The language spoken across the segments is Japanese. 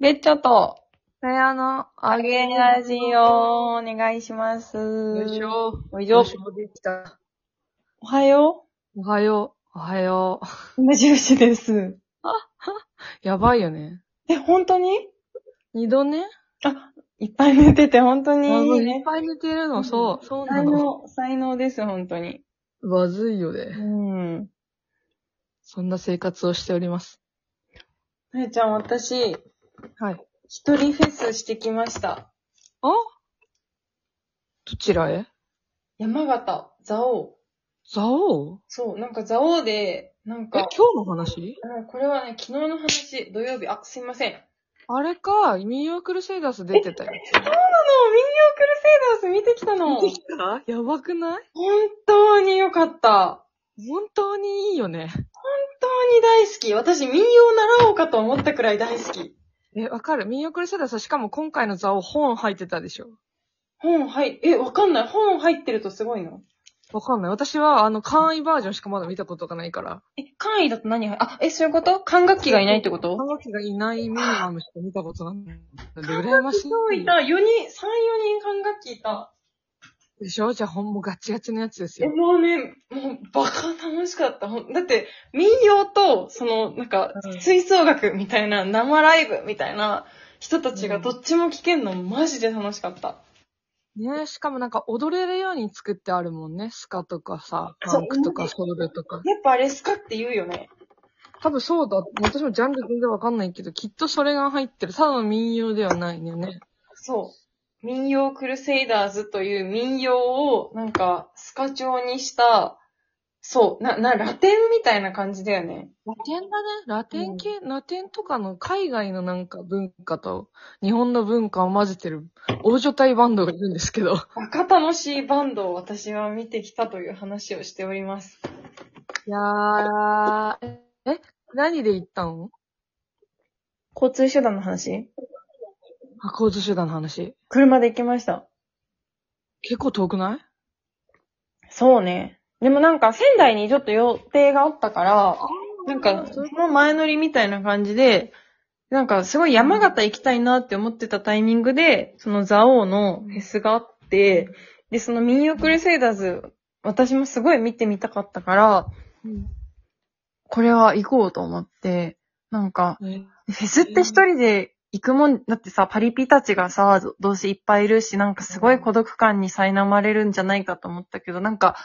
ベッチョと、さやの、あげラジオ、お願いします。よよいし。ょ。よいしよょいし。ょできた。おはよおはよう。おはよう。う。無印です。やばいよね。え、本当に二度ね。いっぱい寝てて、本当に。まずいっぱい寝てるの、そう。そうな才の。能、才能です、本当に。まずいようね。ん。そんな生活をしております。さやちゃん、私、はい。一人フェスしてきました。あどちらへ山形、蔵王。蔵王そう、なんか蔵王で、なんえ、か今、日の話うんこれはね、昨日の話、土曜日、あ、すいません。あれか、ミニオクルセイダース出てたよ。あの、ミニオクルセイダース見てきたの。出てきたやばくない本当に良かった。本当にいいよね。本当に大好き。私民謡習おうかと思ったくらい大好き。え、わかるミニオクルセイダース、しかも今回の蔵王本入ってたでしょ。本入、え、わかんない。本入ってるとすごいのわかんない。私は、あの、簡易バージョンしかまだ見たことがないから。え、簡易だと何入あ、え、そういうこと管楽器がいないってこと看護師がいないミニマムしか見たことない。なんで、羨ましい。そういた。4人、3、4人管楽器いた。でしょじゃあ、ほんもガチガチのやつですえ、よ。もうね、もうバカ楽しかった。ほんだって、民謡と、その、なんか、うん吹奏楽みたいな、生ライブみたいな人たちがうんどっちも聴けんの、マジで楽しかった。ねしかもなんか踊れるように作ってあるもんね。スカとかさ、そパうンクとかソウルとか。やっぱあれスカって言うよね。多分そうだ。私もジャンル全然わかんないけど、きっとそれが入ってる。ただの民謡ではないんだよね。そう。民謡クルセイダーズという民謡を、なんか、スカ調にした、そう、な、な、ラテンみたいな感じだよね。ラテンだね。ラテン系、ラテンとかの海外のなんか文化と日本の文化を混ぜてる、大所帯バンドがいるんですけど。バカ楽しいバンドを私は見てきたという話をしております。いやー、え、何で行ったの交通手段の話あ、交通手段の話。車で行きました。結構遠くないそうね。でもなんか仙台にちょっと予定があったから、なんか、そそういうの前乗りみたいな感じで、なんか、すごい山形行きたいなって思ってたタイミングで、その蔵王のフェスがあって、で、その民謡クルセイダーズ、私もすごい見てみたかったから、これは行こうと思って、なんか、えフェスって一人で行くもん、だってさ、パリピたちがさ、どどうせいっぱいいるし、なんかすごい孤独感に苛まれるんじゃないかと思ったけど、なんか、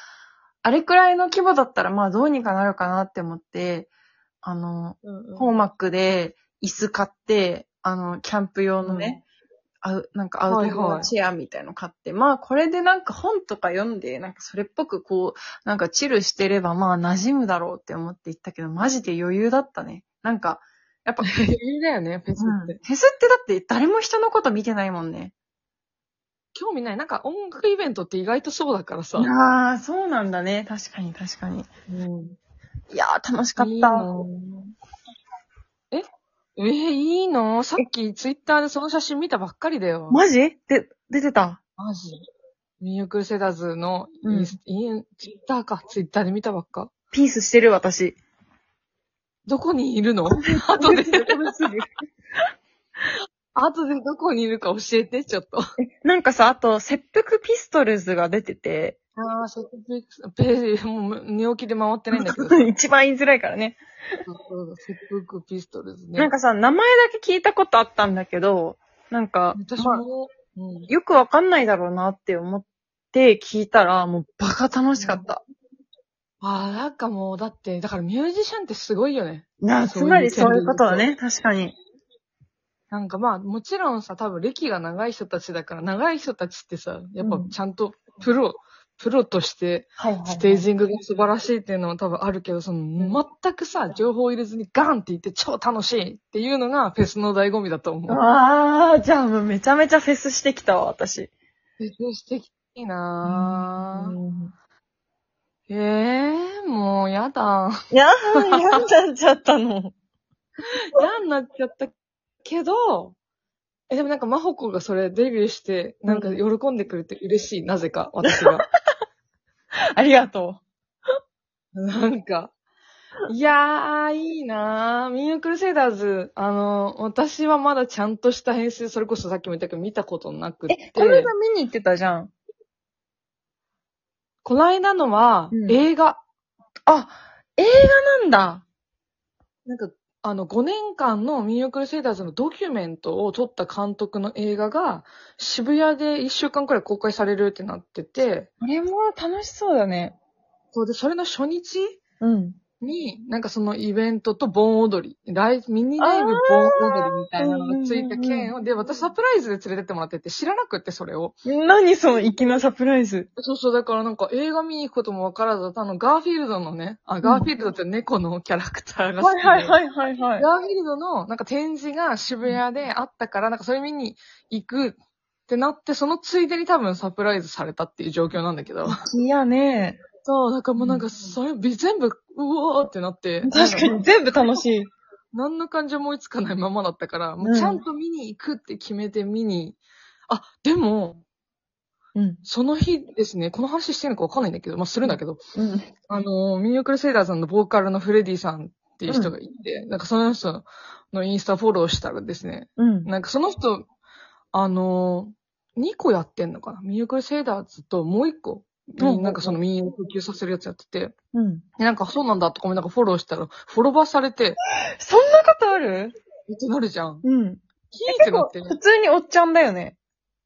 あれくらいの規模だったら、まあどうにかなるかなって思って、あの、ホーマックで椅子買って、あの、キャンプ用のね、あうなんかアウトドはいはアいチェアみたいの買って、まあこれでなんか本とか読んで、なんかそれっぽくこう、なんかチルしてればまあ馴染むだろうって思って行ったけど、マジで余裕だったね。なんか、やっ ぱ、いいだよね、フェスうんっフて。ェスってだって誰も人のこと見てないもんね。興味ない。なんか音楽イベントって意外とそうだからさ。ああ、そうなんだね。確かに確かに。うん。いやー楽しかった。いいのええーいいのさっきツイッターでその写真見たばっかりだよ。マジで、出てた。マジミニオクルセダーズのうんインス、インツイッターか、ツイッターで見たばっか。ピースしてる私。どこにいるの 後 で、すぐ。後でどこにいるか教えて、ちょっと。なんかさ、あと、切腹ピストルズが出てて、 ああ、そこで、ページ、もう寝起きで回ってないんだけど。 一番言いづらいからね。そうだ、切腹ピストルズね。なんかさ、名前だけ聞いたことあったんだけど、なんか、私まあも、うん。よくわかんないだろうなって思って聞いたら、もうバカ楽しかった。ああ、なんかもう、だって、だからミュージシャンってすごいよね。なあ、つまりそそうういいううことだね。点確かに。なんかまあ、もちろんさ、多分歴が長い人たちだから、長い人たちってさ、やっぱうんちゃんとプロ、プロとして、はいはい、ステージングが素晴らしいっていうのは多分あるけど、その、全くさ、情報を入れずにガンって言って超楽しいっていうのがフェスの醍醐味だと思う。ああ、じゃあもうめちゃめちゃフェスしてきたわ、私。フェスしてきていいなぁ。ええー、もうやだ。いやー、やんじゃっちゃった の。嫌になっちゃったけど、え、でもなんか、まほこがそれデビューして、なんか喜んでくれて嬉しい、なぜ か、私が。ありがとなんか、いやー、いいなー。ミーノクルセイダーズ、あの、私はまだちゃんとした編成、それこそさっきも言ったけど見たことなくてえ、。この間見に行ってたじゃん。この間のは、うん映画。あ、映画なんだ。なんか、あの、5年間のミーノクルセイダーズのドキュメントを撮った監督の映画が、渋谷で1週間くらい公開されるってなってて、これも楽しそうだね。そうで、それの初日うん。に、なんかそのイベントと盆踊り、ライミニライブ盆踊りみたいなのがついうたんうん件うを、で、私サプライズで連れてってもらってて、知らなくってそれを。何その粋なサプライズ。そうそう、だからなんか映画見に行くこともわからず、あの、ガーフィールドのね、あ、ガーフィールドって猫のキャラクターが好きで。いはいは。ガーフィールドのなんか展示が渋谷であったから、なんかそれ見に行くってなって、そのついでに多分サプライズされたっていう状況なんだけど。いやね。 そう、だからもうなんうかんそれ、び全部、うおーってなって。確かに全部楽しい。何の感情も追いつかないままだったから、もうんうちゃんと見に行くって決めて見に、あ、でも、うん。その日ですね、この話してるのかわかんないんだけど、まあ、するんだけど、うん。あのー、ミニオクルセイダーさんのボーカルのフレディさんっていう人がいて、なんかその人のインスタフォローしたらですね、うん。なんかその人、あのー、2個やってんのかなミニオクルセイダーズともう1個、うんうんうんなんかその民謡を普及させるやつやってて、うん。でなんかそうなんだとかもなんかフォローしたら、フォロバーされて、そんなことあるえってなるじゃん。うん。キーってなって。普通におっちゃんだよね。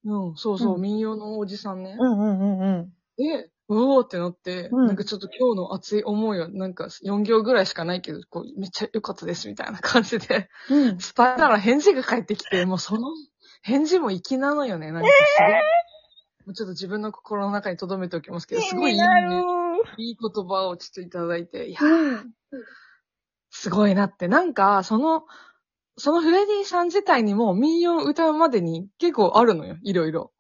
うん、そうそう、うん民謡のおじさんね。んうんうんうん。で、うおーってなって、うんなんかちょっと今日の熱い思いは、なんか4行ぐらいしかないけど、こう、めっちゃ良かったです、みたいな感じで伝うん。えたら返事が返ってき て、もうその返事も粋なのよね、なんかすごい。もうちょっと自分の心の中に留めておきますけど、すごいいい,、ね、いい言葉をちょっといただいて、いやー、うん。すごいなって。なんか、その、そのフレディさん自体にも民謡を歌うまでに結構あるのよ、いろいろ。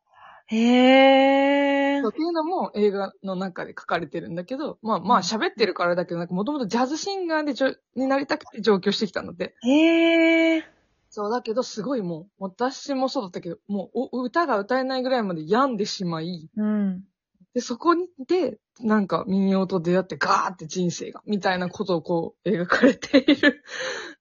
へえそう。っていうのも映画の中で書かれてるんだけど、まあまあ喋ってるからだけど、なんかもともとジャズシンガーでじょになりたくて上京してきたので。へえ。そうだけどすごいもう、私もそうだったけど、もうお歌が歌えないぐらいまで病んでしまい、うん。で、そこにで、なんか民謡と出会ってガーって人生が、みたいなことをこう描かれている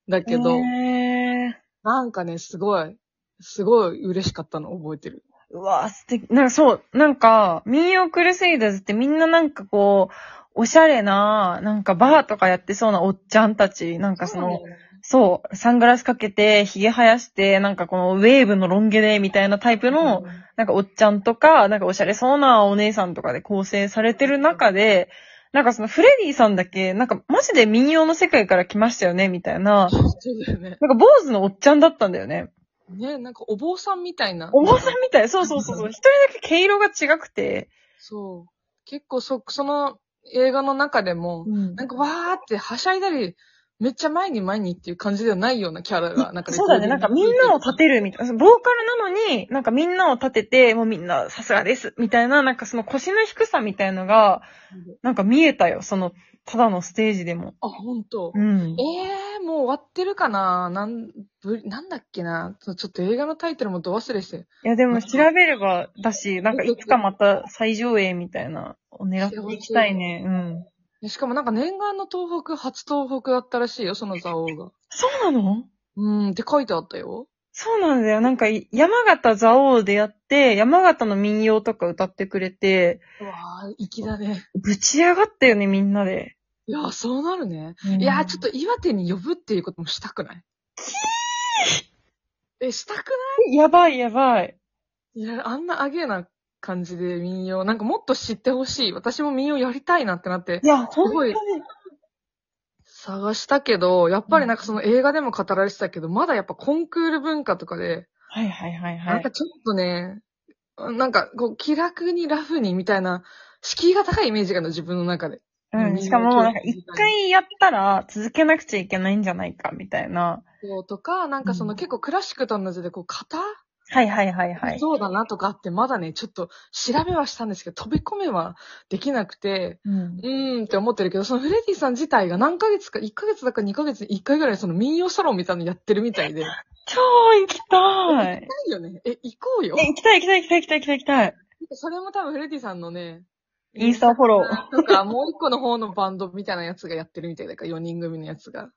んだけど、へえ。 なんかね、すごい、すごい嬉しかったの覚えてる。うわ素敵。なんかそう、なんか、民謡クルセイダーズってみんななんかこう、おしゃれな、なんかバーとかやってそうなおっちゃんたち、なんかその、そう、サングラスかけて、髭生やして、なんかこのウェーブのロン毛で、みたいなタイプの、なんかおっちゃんとか、なんかおしゃれそうなお姉さんとかで構成されてる中で、なんかそのフレディさんだけ、なんかマジで民謡の世界から来ましたよね、みたいな。そうだよね。なんか坊主のおっちゃんだったんだよね。ね、なんかお坊さんみたいな。お坊さんみたい。そうそうそうそう。一人だけ毛色が違くて。そう。結構そ、その映画の中でも、うんなんかわーってはしゃいだり、めっちゃ前に前にっていう感じではないようなキャラが、なんかそうだね。なんかみんなを立ててるみたいな。ボーカルなのに、なんかみんなを立てて、もうみんなさすがです。みたいな、なんかその腰の低さみたいのが、なんか見えたよ。その、ただのステージでも。あ、ほんと。うんえ。ー、もう終わってるかななん、ぶなんだっけなちょっと映画のタイトルもど忘れして。いやでも調べればだし、なんかいつかまた再上映みたいな、を狙っていきたいね。うん。でしかもなんか念願の東北、初東北だったらしいよ、その蔵王が。そうなのうーん、って書いてあったよ。そうなんだよ。なんかい、山形蔵王でやって、山形の民謡とか歌ってくれて、うわー、粋だね。ぶち上がったよね、みんなで。いやー、そうなるね。うんいやー、ちょっと岩手に呼ぶっていうこともしたくないえ、したくないやばいやばい。いや、 あんなアゲな感じで民謡、なんかもっと知ってほしい。私も民謡やりたいなってなってい、や、ほんすとごにい。探したけど、やっぱりなんかその映画でも語られてたけど、まだやっぱコンクール文化とかで、はいはいはいはなんいか。ちょっとね、なんかこう、気楽にラフにみたいな、敷居が高いイメージがあるの、自分の中で。うん、しかも、なんか一回やったら続けなくちゃいけないんじゃないか、みたいな。こうとか、なんかその結構クラシックと同じで、こう、型はいはいはいはい。そうだなとかって、まだね、ちょっと調べはしたんですけど、飛び込めはできなくて、うんうーんって思ってるけど、そのフレディさん自体が何ヶ月か、1ヶ月だか2ヶ月に1回ぐらいその民謡サロンみたいなのやってるみたいで。な超行きたい。いよね。え、行こうよ。え、行きたい行きたい行きたい行きたい行きたい。それも多分フレディさんのね、インスタフォロー。なんか、もう一個の方のバンドみたいなやつがやってるみたいだから、4人組のやつが。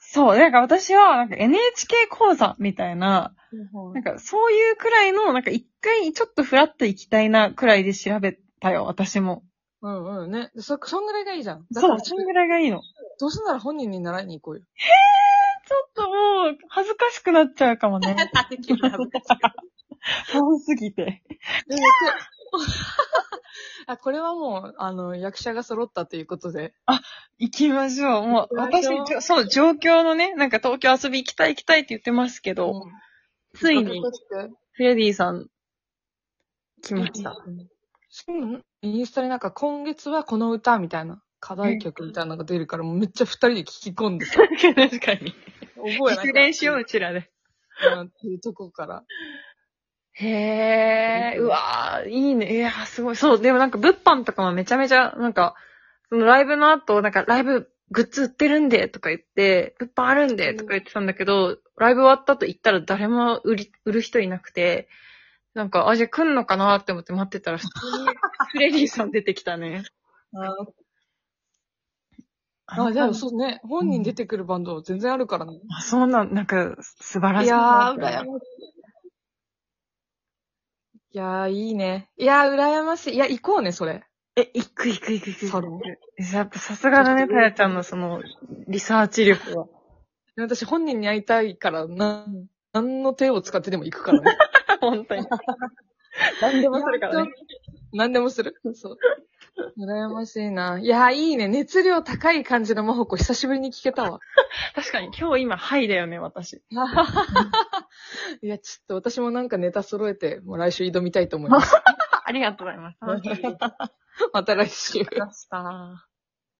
そう、なんか私は、なんか NHK 講座みたいな、ななんんかかそういうくらいの、なんか一回ちょっとフラッと行きたいなくらいで調べたよ、私も。うんうんね。でそ、そんぐらいがいいじゃん。だかそらう、そんぐらいがいいの。どうせなら本人に習いに行こ うよ。ちょっともう、恥ずかしくなっちゃうかも ね。できるはず寒すぎて。 あ、これはもう、あの、役者が揃ったということで。行きましょう。もう、行きま私しょう、ちょそう、状況のね、なんか東京遊び行きたい行きたいって言ってますけど、うんついに、フレディさん、来ました。うんインスタになんか今月はこの歌みたいな課題曲みたいなのが出るから、もうめっちゃ二人で聞き込んでさ、確かに。覚えな失い。礼しよう、うちらで。うん。っていうとこから。へー、うわー、いいね。いやー、すごい。そう、でもなんか物販とかもめちゃめちゃ、なんか、そのライブの後、なんかライブグッズ売ってるんで、とか言って、物販あるんで、とか言ってたんだけど、ライブ終わった後行ったら誰も売り、売る人いなくて、なんか、あ、じゃあ来んのかなって思って待ってたら、普通にフレディさん出てきたね。あ、じゃあそうね、本人出てくるバンド全然あるからね。あそうなん、なんか、素晴らしい。いやー、なんか羨ましい。いやー、いいね。いやー、羨ましい。いや、行こうね、それ。え、行く行く行く行く。サロン。やっぱさすがだね、たやちゃんのその、リサーチ力は。私、本人に会いたいから、な、何の手を使ってでも行くからね。 本当に。 何でやっ。と何でもする。 そう。羨ましいな。いやー、いいね。熱量高い感じのマホコ、久しぶりに聞けた わ。確かに今日今、はいだよね、私。いや、ちょっと私もなんかネタ揃えて、もう来 週挑みたいと思います。ありがとうございます。また来週。ました。